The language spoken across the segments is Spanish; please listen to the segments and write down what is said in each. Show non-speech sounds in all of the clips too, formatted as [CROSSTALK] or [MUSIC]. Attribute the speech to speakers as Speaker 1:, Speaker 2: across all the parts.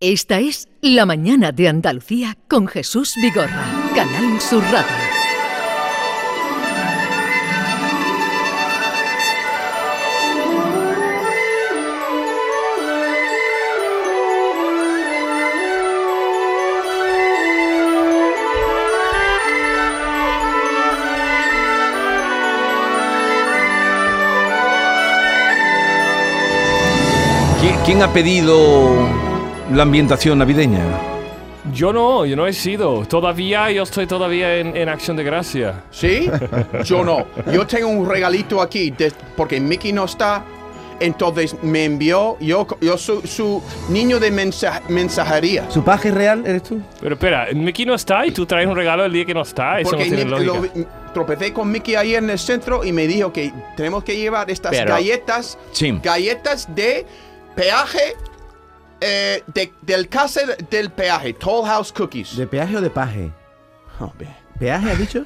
Speaker 1: Esta es La Mañana de Andalucía con Jesús Vigorra, Canal Sur Radio.
Speaker 2: ¿Qui- ¿Quién ha pedido la ambientación navideña?
Speaker 3: Yo no, yo no he sido. Todavía, yo estoy todavía en, en Acción de Gracia.
Speaker 4: ¿Sí? Yo no. Yo tengo un regalito aquí des- porque Mickey no está. Entonces me envió, yo, yo soy su niño de mensa- mensajería.
Speaker 5: ¿Su paje real eres tú?
Speaker 3: Pero espera, Mickey no está y tú traes un regalo el día que no está. Eso
Speaker 4: Porque
Speaker 3: no tiene
Speaker 4: me-
Speaker 3: lógica.
Speaker 4: lo vi- tropecé con Mickey ayer en el centro y me dijo que tenemos que llevar estas
Speaker 6: Pero-
Speaker 4: galletas,
Speaker 2: Sí.
Speaker 4: galletas de peaje, eh, de- del case del peaje, Toll House Cookies.
Speaker 5: ¿De peaje o de paje?
Speaker 4: Hombre.
Speaker 5: ¿Peaje has dicho?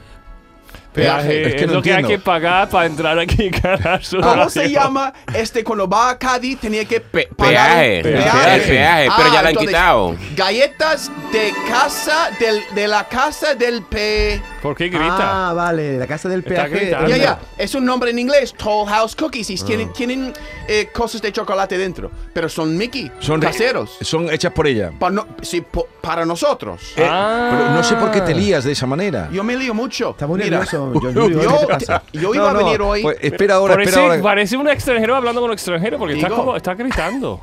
Speaker 3: Peaje,
Speaker 2: Es
Speaker 3: es,
Speaker 2: que no
Speaker 3: lo que hay
Speaker 2: entiendo.
Speaker 3: que pagar para entrar aquí en Canal Sur
Speaker 6: Ah,
Speaker 4: ¿Cómo
Speaker 3: Radio.
Speaker 4: se llama este cuando va a Cádiz tenía que pe- pagar
Speaker 6: peaje,
Speaker 4: el Ah,
Speaker 6: el peaje, pero ya lo han quitado.
Speaker 4: Galletas de casa del, de la casa del pe
Speaker 3: ¿Por qué grita?
Speaker 5: Ah, vale, de la casa del
Speaker 3: Está
Speaker 5: peaje.
Speaker 3: gritando.
Speaker 4: ya,
Speaker 3: Anda.
Speaker 4: ya, es un nombre en inglés, Toll House Cookies, y tienen, tienen eh, cosas de chocolate dentro, pero son Mickey,
Speaker 2: Son
Speaker 4: son
Speaker 2: re-
Speaker 4: caseros,
Speaker 2: Son hechas por ella.
Speaker 4: Pa- no- sí, po- para nosotros.
Speaker 3: Ah.
Speaker 2: Eh, Pero no sé por qué te lías de esa manera.
Speaker 4: Yo me lío mucho.
Speaker 5: Está muy
Speaker 4: Mira, [LAUGHS]
Speaker 5: nervioso, John Julio, ¿qué
Speaker 4: yo,
Speaker 5: te pasa?
Speaker 4: yo iba
Speaker 2: No,
Speaker 4: a
Speaker 2: no,
Speaker 4: venir hoy.
Speaker 2: pues espera ahora, espera
Speaker 3: parece,
Speaker 2: ahora.
Speaker 3: parece un extranjero hablando con un extranjero porque está,
Speaker 4: Digo.
Speaker 3: como, está gritando.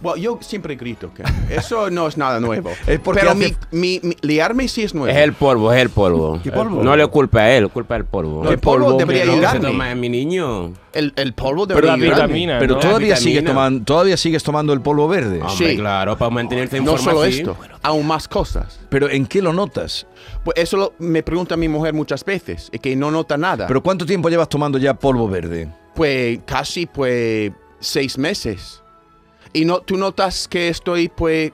Speaker 4: Bueno, yo siempre grito, que eso no es nada nuevo.
Speaker 2: Es porque
Speaker 4: Pero
Speaker 2: hace-
Speaker 4: mi, mi- mi- liarme sí es nuevo.
Speaker 6: Es el polvo, es el polvo.
Speaker 5: ¿Qué polvo?
Speaker 6: No le culpa a él, culpa al polvo.
Speaker 4: No, el polvo debería
Speaker 6: que no
Speaker 4: ayudarme.
Speaker 6: se toma, mi niño.
Speaker 4: El, el polvo de
Speaker 3: Pero la
Speaker 4: orégano.
Speaker 3: vitamina.
Speaker 2: Pero
Speaker 3: ¿no?
Speaker 2: todavía
Speaker 6: La
Speaker 2: sigues,
Speaker 6: vitamina.
Speaker 2: tomando, todavía sigues tomando el polvo verde.
Speaker 6: Hombre,
Speaker 4: Sí.
Speaker 6: claro, para mantenerse en
Speaker 4: No
Speaker 6: forma
Speaker 4: solo
Speaker 6: así.
Speaker 4: esto, aún más cosas.
Speaker 2: Pero ¿en qué lo notas?
Speaker 4: Pues eso lo- me pregunta mi mujer muchas veces, y que no nota nada.
Speaker 2: ¿Pero cuánto tiempo llevas tomando ya polvo verde?
Speaker 4: pues casi pues seis meses. Y no, tú notas que estoy pues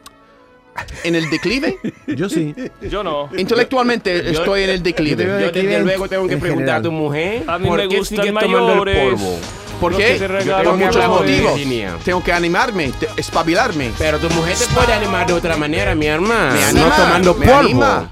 Speaker 4: en el declive.
Speaker 5: Yo sí.
Speaker 3: Yo no.
Speaker 4: Intelectualmente estoy en el declive.
Speaker 6: Yo desde
Speaker 5: Escriben
Speaker 6: luego tengo que
Speaker 5: en
Speaker 6: preguntar a
Speaker 5: general.
Speaker 6: tu mujer
Speaker 3: A mí
Speaker 6: por
Speaker 3: me
Speaker 6: qué
Speaker 3: gustan
Speaker 6: sigue tomando el
Speaker 3: mayores.
Speaker 6: polvo.
Speaker 4: ¿Por
Speaker 3: Yo
Speaker 4: qué?
Speaker 3: que te
Speaker 4: Yo
Speaker 3: regalo
Speaker 4: tengo muchos
Speaker 6: clavos,
Speaker 4: motivos.
Speaker 6: Virginia.
Speaker 4: Tengo que animarme, te- espabilarme.
Speaker 6: Pero tu mujer te puede animar de otra manera, mi hermana.
Speaker 4: Me
Speaker 6: Ah, no
Speaker 4: anima,
Speaker 6: tomando
Speaker 4: me
Speaker 6: polvo.
Speaker 4: anima.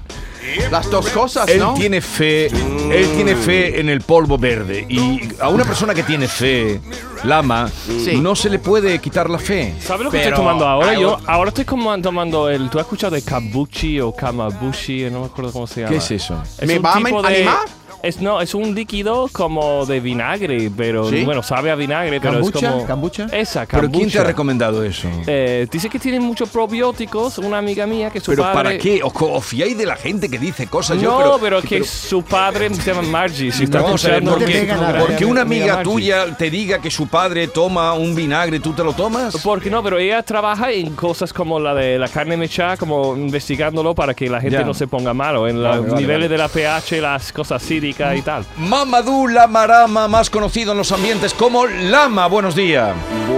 Speaker 4: Las dos cosas,
Speaker 2: Él
Speaker 4: ¿no?
Speaker 2: tiene fe, él tiene fe en el polvo verde y a una persona que tiene fe, Lama,
Speaker 4: Sí.
Speaker 2: no se le puede quitar la fe.
Speaker 3: ¿Sabes lo que
Speaker 6: Pero
Speaker 3: estoy tomando ahora?
Speaker 6: hay
Speaker 3: Yo
Speaker 6: otro-
Speaker 3: ahora estoy como tomando el. ¿Tú has escuchado de kabuchi o kamabushi? No me acuerdo cómo se llama.
Speaker 2: ¿Qué es eso?
Speaker 4: ¿Me
Speaker 3: un
Speaker 4: va a
Speaker 3: tipo
Speaker 4: men- animar?
Speaker 3: Es, no, es un líquido como de vinagre, pero
Speaker 4: ¿Sí?
Speaker 3: bueno, sabe a vinagre, pero es
Speaker 5: ¿Kombucha?
Speaker 3: como.
Speaker 5: ¿Kombucha?
Speaker 3: Esa,
Speaker 2: ¿Pero quién te ha
Speaker 3: kombucha.
Speaker 2: recomendado eso?
Speaker 3: Eh, dice que tiene muchos probióticos, una amiga mía que su
Speaker 2: ¿Pero
Speaker 3: padre.
Speaker 2: para qué? ¿Os, co- os fiáis de la gente que dice cosas?
Speaker 3: No,
Speaker 2: yo,
Speaker 3: pero,
Speaker 2: pero
Speaker 3: es que su padre se llama Margie. Si está
Speaker 2: Vamos a ver,
Speaker 3: escuchando
Speaker 5: te
Speaker 2: porque,
Speaker 3: este
Speaker 5: pega nada,
Speaker 3: programa.
Speaker 2: porque una amiga
Speaker 3: Margie.
Speaker 2: tuya te diga que su padre toma un vinagre, ¿tú te lo tomas?
Speaker 3: Porque no, pero ella trabaja en cosas como la de la carne mechada, como investigándolo para que la gente
Speaker 2: Ya.
Speaker 3: no se ponga malo, en los
Speaker 2: Vale, vale,
Speaker 3: niveles de la pH, las cosas cívicas y tal.
Speaker 2: Mamadou Lamarama, más conocido en los ambientes como Lama. Buenos días.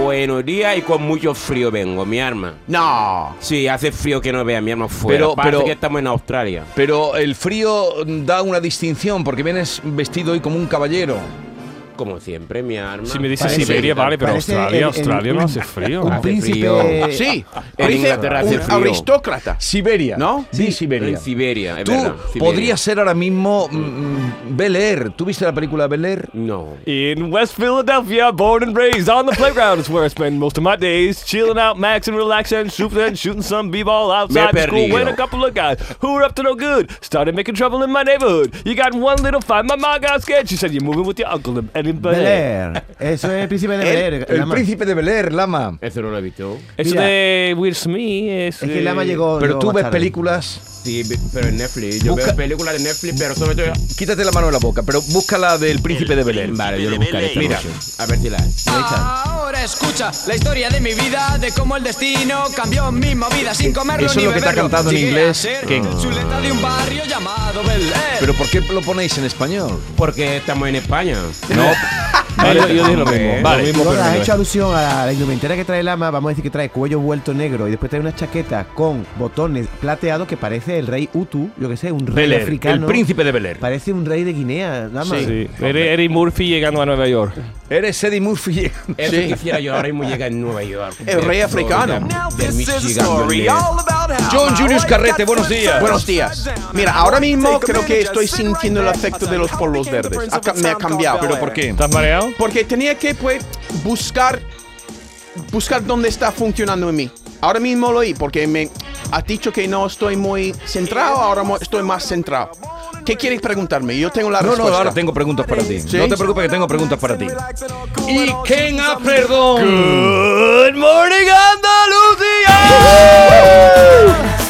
Speaker 6: Buenos días y con mucho frío vengo, mi arma.
Speaker 4: No.
Speaker 6: Sí, hace frío que no vea mi arma fuera.
Speaker 2: Pero-
Speaker 6: Parece
Speaker 2: pero-
Speaker 6: que estamos en Australia.
Speaker 2: Pero el frío da una distinción porque vienes vestido hoy como un caballero.
Speaker 6: Como siempre, mi arma.
Speaker 3: Si me dices
Speaker 5: Parece-
Speaker 3: Siberia, vale, pero
Speaker 5: parece
Speaker 3: Australia,
Speaker 5: el- el-
Speaker 3: Australia no
Speaker 5: un-
Speaker 3: hace frío.
Speaker 5: Un
Speaker 6: Hace
Speaker 5: príncipe.
Speaker 6: frío.
Speaker 4: Sí.
Speaker 6: Eh, En
Speaker 4: Dice
Speaker 6: Inglaterra hace
Speaker 4: un
Speaker 6: frío.
Speaker 4: aristócrata.
Speaker 2: Siberia.
Speaker 4: ¿No?
Speaker 2: Sí,
Speaker 6: En
Speaker 2: Siberia.
Speaker 6: Siberia, es
Speaker 2: Tú
Speaker 6: verdad. Siberia.
Speaker 2: podrías ser ahora mismo mm, Bel Air. ¿Tú viste la película Bel Air?
Speaker 6: No.
Speaker 3: In West Philadelphia, born and raised on the playground is where I spend most of my days, chilling out, maxing, relaxing, shooting, shooting some b-ball outside
Speaker 6: Me
Speaker 3: the school when
Speaker 6: perdido.
Speaker 3: a couple of guys who were up to no good started making trouble in my neighborhood. You got one little fight, my mom got scared. She said, "You're moving with your uncle and in
Speaker 5: Bel Air. Eso es el príncipe de Bel Air.
Speaker 2: El
Speaker 5: Lama.
Speaker 2: príncipe de Bel Air, Lama.
Speaker 6: Eso no lo he visto.
Speaker 3: Eso
Speaker 5: Mira.
Speaker 3: de Will Smith es.
Speaker 5: Es que
Speaker 3: eh,
Speaker 5: Lama llegó.
Speaker 2: Pero
Speaker 5: llegó
Speaker 2: tú
Speaker 5: más
Speaker 2: ves
Speaker 5: tarde.
Speaker 2: películas.
Speaker 6: Sí, ve- pero en Netflix. Yo
Speaker 2: Busca-
Speaker 6: veo películas de Netflix, pero sobre todo.
Speaker 2: Quítate la mano de la boca, pero busca la del príncipe de Bel Air.
Speaker 6: Vale, yo lo buscaré. esta
Speaker 2: Mira.
Speaker 6: noche. A ver si la hay.
Speaker 7: Ahora escucha la historia de mi vida, de cómo el destino cambió mi movida sin comerlo
Speaker 2: Eso
Speaker 7: ni
Speaker 2: es lo que está
Speaker 7: beberlo.
Speaker 2: cantado en
Speaker 7: Llegué
Speaker 2: inglés,
Speaker 7: a ser
Speaker 2: que-
Speaker 7: chuleta de un barrio llamado Bel Air.
Speaker 2: Pero ¿por qué lo ponéis en español?
Speaker 6: Porque estamos en España.
Speaker 2: No.
Speaker 3: eh, yo, yo dije lo mismo. Vale,
Speaker 5: Tú ahora has hecho alusión a la indumentaria que trae Lama, vamos a decir que trae cuello vuelto negro y después trae una chaqueta con botones plateados que parece parece el rey Utu, yo que sé, un rey
Speaker 2: Bel Air, el
Speaker 5: africano.
Speaker 2: príncipe de Bel Air.
Speaker 5: Parece un rey de Guinea, nada más.
Speaker 3: Sí. Eddie Eddie Murphy llegando a Nueva York.
Speaker 2: Eres Eddie Murphy. [LAUGHS]
Speaker 6: Eso
Speaker 4: Sí.
Speaker 6: quisiera yo ahora mismo llegar a Nueva York.
Speaker 4: El rey africano.
Speaker 6: Del Michigan, donde-
Speaker 2: John Julius Carrete, buenos días.
Speaker 4: Buenos días. Mira, ahora mismo creo que estoy sintiendo el efecto de los polvos verdes. Ha ca- me ha cambiado.
Speaker 2: ¿Pero por qué?
Speaker 3: ¿Estás mareado?
Speaker 4: Porque tenía que pues, buscar, buscar dónde está funcionando en mí. Ahora mismo lo oí, porque me has dicho que no estoy muy centrado, ahora mo- estoy más centrado. ¿Qué quieres preguntarme? Yo tengo la
Speaker 2: No, no,
Speaker 4: respuesta.
Speaker 2: ahora tengo preguntas para ti.
Speaker 4: ¿Sí?
Speaker 2: No te preocupes que tengo preguntas para ti. Y Ken perdón. Good morning, Andalucía.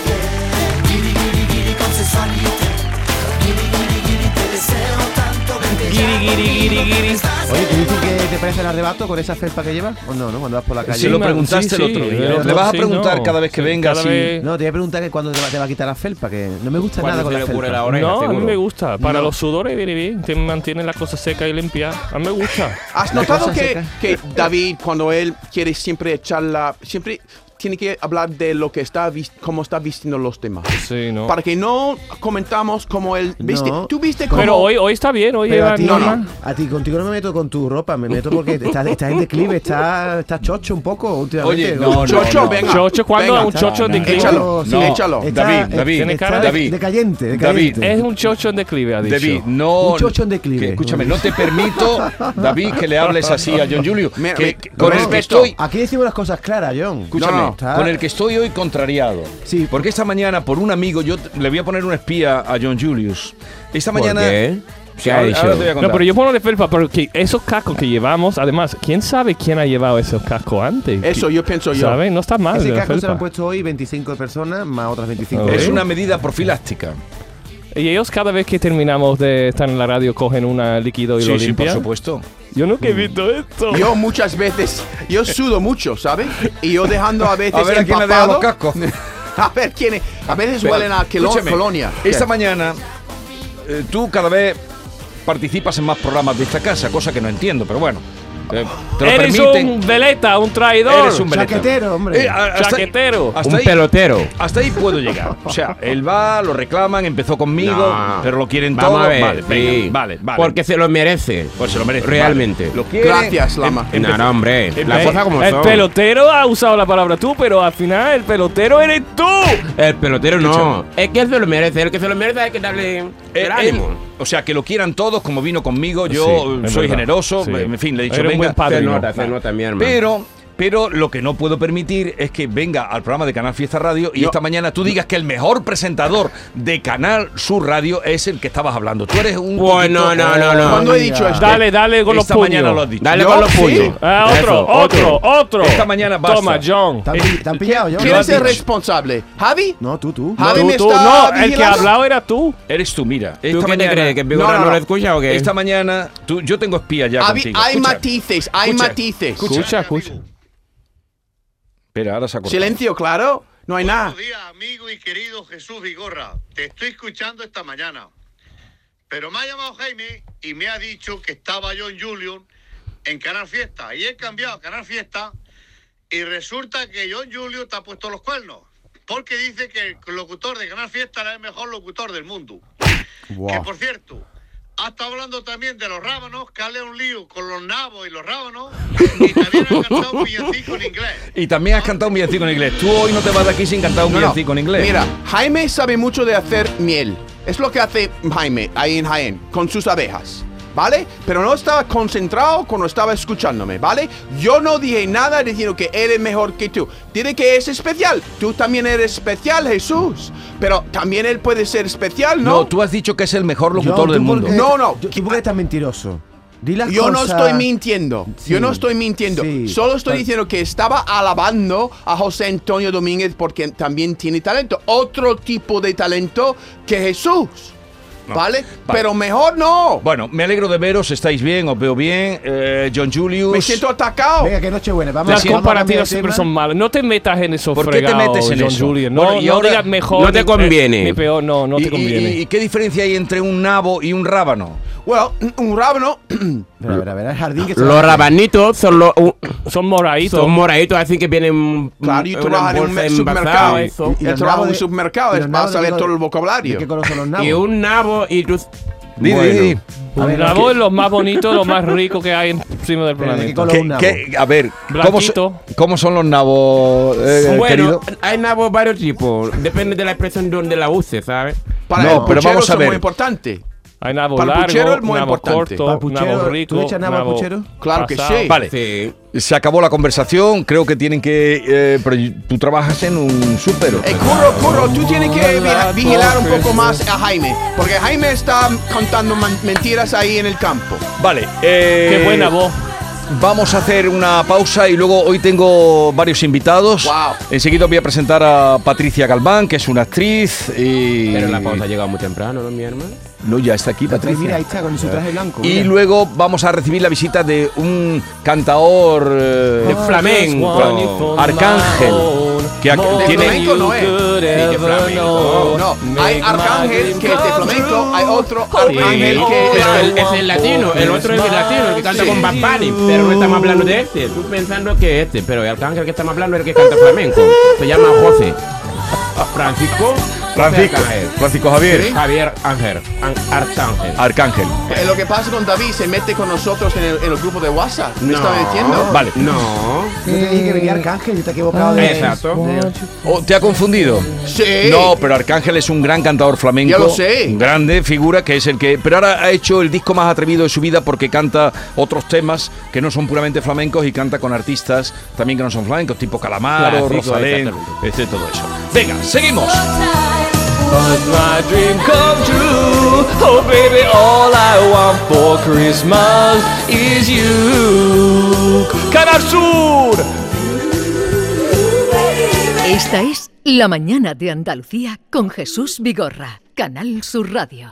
Speaker 5: Oye, ¿tú dices que te parece el arrebato con esa felpa que llevas? ¿O no, no? Cuando vas por la calle.
Speaker 2: Se lo
Speaker 3: ma-
Speaker 2: preguntaste
Speaker 3: sí,
Speaker 2: el
Speaker 3: sí,
Speaker 2: otro día.
Speaker 3: el
Speaker 2: Le
Speaker 3: otro-
Speaker 2: vas a
Speaker 3: sí,
Speaker 2: preguntar
Speaker 3: no.
Speaker 2: cada vez que
Speaker 3: Sí,
Speaker 2: venga
Speaker 3: cada
Speaker 2: si-
Speaker 3: vez-
Speaker 5: No, te voy a preguntar que cuándo te va, te va a quitar la felpa, que no me gusta
Speaker 6: Cuando
Speaker 5: nada con
Speaker 6: se
Speaker 5: la
Speaker 6: le ocurre
Speaker 5: felpa.
Speaker 6: la hora. Oreja,
Speaker 3: no, a mí
Speaker 6: seguro.
Speaker 3: me gusta. Para los sudores viene bien. Te mantiene la cosa seca y limpia. A mí me gusta.
Speaker 4: ¿Has
Speaker 5: La
Speaker 4: notado
Speaker 5: cosa
Speaker 4: que,
Speaker 5: seca.
Speaker 4: que David, cuando él quiere siempre echar la... Siempre tiene que hablar de lo que está, vis- cómo está vistiendo los demás.
Speaker 3: Sí, no.
Speaker 4: Para que no comentamos cómo él viste.
Speaker 5: No.
Speaker 4: ¿Tú viste cómo...?
Speaker 3: Pero hoy, hoy está bien. Hoy
Speaker 5: Pero
Speaker 3: lleva
Speaker 5: a ti,
Speaker 3: normal.
Speaker 5: a ti contigo no me meto con tu ropa, me meto porque estás, estás en declive, estás, estás chocho un poco últimamente.
Speaker 2: Oye, no, no.
Speaker 4: Chocho, venga.
Speaker 3: Chocho, ¿cuándo?
Speaker 4: venga.
Speaker 3: Un chocho
Speaker 2: no,
Speaker 3: de
Speaker 2: no.
Speaker 3: clima.
Speaker 4: Échalo,
Speaker 5: sí,
Speaker 2: No,
Speaker 4: échalo.
Speaker 2: David, David.
Speaker 3: tiene
Speaker 5: está
Speaker 3: cara
Speaker 5: de-
Speaker 2: David.
Speaker 5: decayente,
Speaker 2: David,
Speaker 5: decayente.
Speaker 3: Es un chocho en declive, ha dicho.
Speaker 2: David, no.
Speaker 5: Un chocho en declive.
Speaker 2: que escúchame, no te permito, David, que le hables así a John Julio.
Speaker 4: Mira,
Speaker 2: que-
Speaker 4: me-
Speaker 2: que- con
Speaker 4: no,
Speaker 2: el que
Speaker 4: esto-
Speaker 2: estoy.
Speaker 5: Aquí decimos las cosas claras, John.
Speaker 2: Escúchame,
Speaker 5: No, no, está-
Speaker 2: con el que estoy hoy contrariado.
Speaker 5: Sí.
Speaker 2: Porque esta mañana, por un amigo, yo t- le voy a poner un espía a John Julius. Esta
Speaker 6: ¿Por
Speaker 2: mañana.
Speaker 6: qué? ¿Qué ha
Speaker 2: Ahora-
Speaker 6: hecho?
Speaker 2: ahora te voy a
Speaker 3: No,
Speaker 2: contar.
Speaker 3: pero yo pongo de felpa porque esos cascos que llevamos, además, ¿quién sabe quién ha llevado esos cascos antes?
Speaker 4: Eso yo pienso yo.
Speaker 3: ¿Sabes? No está mal.
Speaker 5: Ese
Speaker 3: la
Speaker 5: casco se lo han
Speaker 3: felpa.
Speaker 5: puesto hoy 25 personas más otras 25.
Speaker 3: Ok.
Speaker 2: Es una medida profiláctica.
Speaker 3: Y ellos cada vez que terminamos de estar en la radio cogen un líquido y
Speaker 2: Sí, sí,
Speaker 3: lo
Speaker 2: por
Speaker 3: limpian.
Speaker 2: supuesto.
Speaker 3: Yo nunca he visto esto.
Speaker 4: Yo muchas veces, yo sudo mucho, ¿sabes? Y yo dejando a veces
Speaker 2: A ver a quién le dejan los
Speaker 4: empapado-
Speaker 2: cascos.
Speaker 4: [LAUGHS] A ver quién es. A veces huelen a quelo-
Speaker 2: Escúchame,
Speaker 4: colonia.
Speaker 2: Esta
Speaker 4: ¿Qué?
Speaker 2: mañana, eh, tú cada vez participas en más programas de esta casa, cosa que no entiendo, pero bueno. eh, te lo
Speaker 3: Eres
Speaker 2: permiten.
Speaker 3: un veleta, un traidor.
Speaker 2: Eres un veleta.
Speaker 5: Chaquetero, hombre.
Speaker 2: Eh,
Speaker 3: ah,
Speaker 2: a- hasta ahí-
Speaker 3: Chaquetero.
Speaker 2: hasta
Speaker 6: Un
Speaker 2: ahí-
Speaker 6: pelotero.
Speaker 2: Hasta ahí puedo llegar. O sea, él va, lo reclaman, empezó conmigo,
Speaker 6: No.
Speaker 2: pero lo quieren
Speaker 6: Vamos
Speaker 2: todo.
Speaker 6: a ver.
Speaker 2: vale, venga,
Speaker 6: sí.
Speaker 2: vale, vale.
Speaker 6: Porque se lo merece.
Speaker 2: Pues se lo merece.
Speaker 6: Realmente.
Speaker 2: vale. Lo quieren,
Speaker 4: Gracias, Lama.
Speaker 2: em-
Speaker 6: No,
Speaker 2: empezó-
Speaker 6: no, hombre.
Speaker 2: empezó-
Speaker 6: Las cosas como
Speaker 3: Eh, el
Speaker 6: son.
Speaker 3: pelotero ha usado la palabra tú, pero al final el pelotero eres tú.
Speaker 6: El pelotero no. Es que él se lo merece. El que se lo merece hay que darle
Speaker 2: Eh,
Speaker 6: el
Speaker 2: él-
Speaker 6: ánimo.
Speaker 2: o sea, que lo quieran todos, como vino conmigo, yo
Speaker 3: Sí,
Speaker 2: eh,
Speaker 3: es
Speaker 2: soy
Speaker 3: verdad.
Speaker 2: generoso,
Speaker 3: Sí.
Speaker 2: en fin, le he dicho,
Speaker 3: Eres
Speaker 2: venga,
Speaker 3: un buen padre.
Speaker 6: Se
Speaker 3: Padrino.
Speaker 6: nota, se nota, mi hermano.
Speaker 2: Pero, pero lo que no puedo permitir es que venga al programa de Canal Fiesta Radio y
Speaker 4: Yo-
Speaker 2: esta mañana tú digas que el mejor presentador de Canal Sur Radio es el que estabas hablando. Tú eres un.
Speaker 6: Pues no,
Speaker 2: poquito-
Speaker 6: no, no, no.
Speaker 4: ¿Cuándo he dicho esto?
Speaker 3: Dale, dale con los
Speaker 2: Esta
Speaker 3: puños.
Speaker 2: mañana lo has dicho.
Speaker 6: Dale
Speaker 4: Yo
Speaker 6: con los
Speaker 4: sí.
Speaker 6: puños.
Speaker 3: Ah, otro,
Speaker 6: Eso,
Speaker 3: otro, otro.
Speaker 2: Esta mañana basta.
Speaker 3: Toma, John.
Speaker 5: ¿Te han pi- te han pillado, John?
Speaker 4: ¿Quién
Speaker 2: lo
Speaker 4: es
Speaker 2: has
Speaker 4: el
Speaker 2: dicho.
Speaker 4: responsable? ¿Javi?
Speaker 5: No, tú, tú.
Speaker 4: Ah,
Speaker 3: Tú,
Speaker 4: me
Speaker 3: tú.
Speaker 4: está
Speaker 3: No, el que
Speaker 4: vigilando.
Speaker 3: hablaba era tú.
Speaker 2: Eres tú, mira.
Speaker 6: ¿Tú
Speaker 2: esta
Speaker 6: qué te
Speaker 2: mañana-
Speaker 6: crees? ¿Que Vigora no,
Speaker 4: No, no,
Speaker 6: lo
Speaker 4: no.
Speaker 6: escucha o qué?
Speaker 2: Esta mañana, tú, yo tengo espía ya
Speaker 4: Javi,
Speaker 2: contigo.
Speaker 4: hay
Speaker 2: Escucha,
Speaker 4: matices, hay
Speaker 2: escucha,
Speaker 4: matices.
Speaker 3: Escucha, escucha.
Speaker 2: Espera, ahora se ha cortado.
Speaker 4: Silencio, claro. No hay nada.
Speaker 8: Buenos días, amigo y querido Jesús Vigorra. Te estoy escuchando esta mañana. Pero me ha llamado Jaime y me ha dicho que estaba yo en Julian en Canal Fiesta. Y he cambiado a Canal Fiesta y resulta que John Julio te ha puesto los cuernos. Porque dice que el locutor de Canal Fiesta era el mejor locutor del mundo. Que por cierto, ha estado hablando también de los rábanos, que ha leído un lío con los nabos y los rábanos. Y también ha cantado un villancico en inglés.
Speaker 2: Y también has cantado un villancico en inglés. Tú hoy no te vas de aquí sin cantar un
Speaker 4: No, no.
Speaker 2: villancico en inglés.
Speaker 4: Mira, Jaime sabe mucho de hacer miel. Es lo que hace Jaime ahí en Jaén, con sus abejas. ¿Vale? Pero no estaba concentrado cuando estaba escuchándome, ¿vale? Yo no dije nada diciendo que eres mejor que tú. Tiene que es especial. Tú también eres especial, Jesús. Pero también él puede ser especial,
Speaker 2: No,
Speaker 4: ¿no?
Speaker 2: tú has dicho que es el mejor
Speaker 5: John,
Speaker 2: locutor
Speaker 5: ¿tú
Speaker 2: del
Speaker 5: por
Speaker 2: mundo.
Speaker 5: qué-
Speaker 4: No, no.
Speaker 5: Yo- ¿Tú por qué estás mentiroso? Di las
Speaker 4: Yo no
Speaker 5: cosas-
Speaker 4: estoy mintiendo.
Speaker 5: Sí.
Speaker 4: Yo no estoy mintiendo.
Speaker 5: Sí.
Speaker 4: Solo estoy
Speaker 5: Pa-
Speaker 4: diciendo que estaba alabando a José Antonio Domínguez porque tiene talento. Otro tipo de talento que Jesús. ¿Vale? Pero mejor no.
Speaker 2: Bueno, me alegro de veros, estáis bien, os veo bien. Eh, John Julius.
Speaker 4: Me siento atacado.
Speaker 5: Venga, que noche buena. Vamos,
Speaker 3: Las
Speaker 5: vamos a cambiar de
Speaker 3: comparativas siempre
Speaker 5: tema.
Speaker 3: son malas. No te metas en eso,
Speaker 2: ¿Por qué te
Speaker 3: fregado,
Speaker 2: metes en
Speaker 3: John
Speaker 2: eso?
Speaker 3: Julius. No,
Speaker 2: Bueno, y
Speaker 3: no
Speaker 2: ahora-
Speaker 3: digas mejor.
Speaker 6: no te
Speaker 3: ni-
Speaker 6: conviene.
Speaker 3: Ni, peor, no, no
Speaker 2: ¿Y-
Speaker 3: te
Speaker 2: y-
Speaker 3: conviene.
Speaker 2: y, qué diferencia hay entre un nabo y un rábano?
Speaker 4: Bueno, un rábano.
Speaker 5: Verá, verá, verá, el jardín que está-
Speaker 6: Los rabanitos son los u-
Speaker 3: Son moraditos.
Speaker 6: son moraditos, así que vienen
Speaker 4: Claro, y
Speaker 6: en
Speaker 4: trabaja en un
Speaker 6: bolsa
Speaker 4: me-
Speaker 6: envasado,
Speaker 4: supermercado.
Speaker 6: eso.
Speaker 5: Y
Speaker 4: Él
Speaker 5: los
Speaker 4: trabaja en un
Speaker 5: nabos de-
Speaker 4: supermercado,
Speaker 5: y
Speaker 4: él
Speaker 5: los
Speaker 4: va a
Speaker 5: nabos de
Speaker 4: saber
Speaker 5: qué
Speaker 4: todo
Speaker 5: col-
Speaker 4: el vocabulario.
Speaker 5: ¿De qué color son los nabos?
Speaker 6: Y un nabo y tú...
Speaker 2: Di, di, di.
Speaker 5: A ver,
Speaker 3: La
Speaker 5: ¿qué-
Speaker 3: voz es lo más bonito, lo más rico que hay encima del
Speaker 5: pero ¿De
Speaker 3: planeta.
Speaker 5: qué color
Speaker 2: ¿Qué-
Speaker 5: un nabo?
Speaker 2: qué- eh, a ver, ¿cómo,
Speaker 3: Blanquito.
Speaker 2: so- cómo son los nabos, eh,
Speaker 6: bueno,
Speaker 2: querido?
Speaker 6: hay nabos varios tipos. Depende de la expresión donde la uses, ¿sabes?
Speaker 4: Para
Speaker 2: No,
Speaker 4: el
Speaker 2: pero
Speaker 4: puchero
Speaker 2: vamos a
Speaker 4: son
Speaker 2: ver.
Speaker 4: muy importante.
Speaker 3: Hay nabo
Speaker 4: Para el puchero
Speaker 3: largo,
Speaker 4: es muy
Speaker 3: nabo
Speaker 4: importante.
Speaker 5: Para
Speaker 3: corto,
Speaker 5: el puchero,
Speaker 3: nabo
Speaker 5: ¿tú
Speaker 3: rico,
Speaker 5: echas nabo al puchero?
Speaker 4: Claro que
Speaker 3: pasado.
Speaker 4: sí.
Speaker 2: Vale,
Speaker 6: Sí.
Speaker 2: se acabó la conversación. Creo que tienen que. eh, pero tú trabajas en un súper.
Speaker 4: Eh, curro, curro, tú tienes que vi- vigilar un poco más a Jaime. Porque Jaime está contando man- mentiras ahí en el campo.
Speaker 2: Vale. eh,
Speaker 3: Qué buena voz.
Speaker 2: Vamos a hacer una pausa y luego hoy tengo varios invitados.
Speaker 4: Wow.
Speaker 2: Enseguida voy a presentar a Patricia Galván, que es una actriz. Y...
Speaker 6: Pero la pausa ha llegado muy temprano, ¿no, mi hermano?
Speaker 2: No, ya está aquí,
Speaker 5: Patricia,
Speaker 2: Patricia.
Speaker 5: Pues Mira, ahí está con su traje blanco.
Speaker 2: Y
Speaker 5: mira.
Speaker 2: luego vamos a recibir la visita de un cantador eh,
Speaker 6: De flamenco.
Speaker 2: Bueno, Arcángel, que ac-
Speaker 4: De
Speaker 2: tiene-
Speaker 4: flamenco no es.
Speaker 6: Sí, que flamenco.
Speaker 4: No, hay arcángel que es de flamenco, hay otro
Speaker 6: Oh, Sí,
Speaker 4: arcángel que es
Speaker 6: pero el-
Speaker 4: de-
Speaker 6: es el latino, el otro es el latino, el que canta
Speaker 4: Sí.
Speaker 6: con Bad Bunny, pero no estamos hablando de este, tú pensando que este, pero el arcángel que estamos hablando es el que canta flamenco, se llama José. Francisco.
Speaker 2: Francisco,
Speaker 6: Arcángel.
Speaker 2: Francisco Javier.
Speaker 6: Javier Ángel, An- Arcángel.
Speaker 2: Arcángel.
Speaker 4: Eh, Lo que pasa con David se mete con nosotros en el, en el grupo de WhatsApp. ¿Me
Speaker 6: No.
Speaker 4: estaba diciendo?
Speaker 2: Vale.
Speaker 6: No.
Speaker 5: Yo te dije que venía Arcángel y te has equivocado de...
Speaker 6: Exacto.
Speaker 5: de-
Speaker 2: Oh, ¿Te ha confundido?
Speaker 4: Sí.
Speaker 2: No, pero Arcángel es un gran cantador flamenco.
Speaker 4: Ya lo sé.
Speaker 2: un Grande figura que es el que. Pero ahora ha hecho el disco más atrevido de su vida porque canta otros temas que no son puramente flamencos y canta con artistas también que no son flamencos, tipo Calamaro,
Speaker 6: Clásicos,
Speaker 2: Rosalén,
Speaker 6: exactamente.
Speaker 2: este, todo eso. Venga, seguimos.
Speaker 3: Was my dream come true. Oh, baby, all I want for Christmas is you. Canal Sur.
Speaker 1: Esta es La Mañana de Andalucía con Jesús Vigorra, Canal Sur Radio.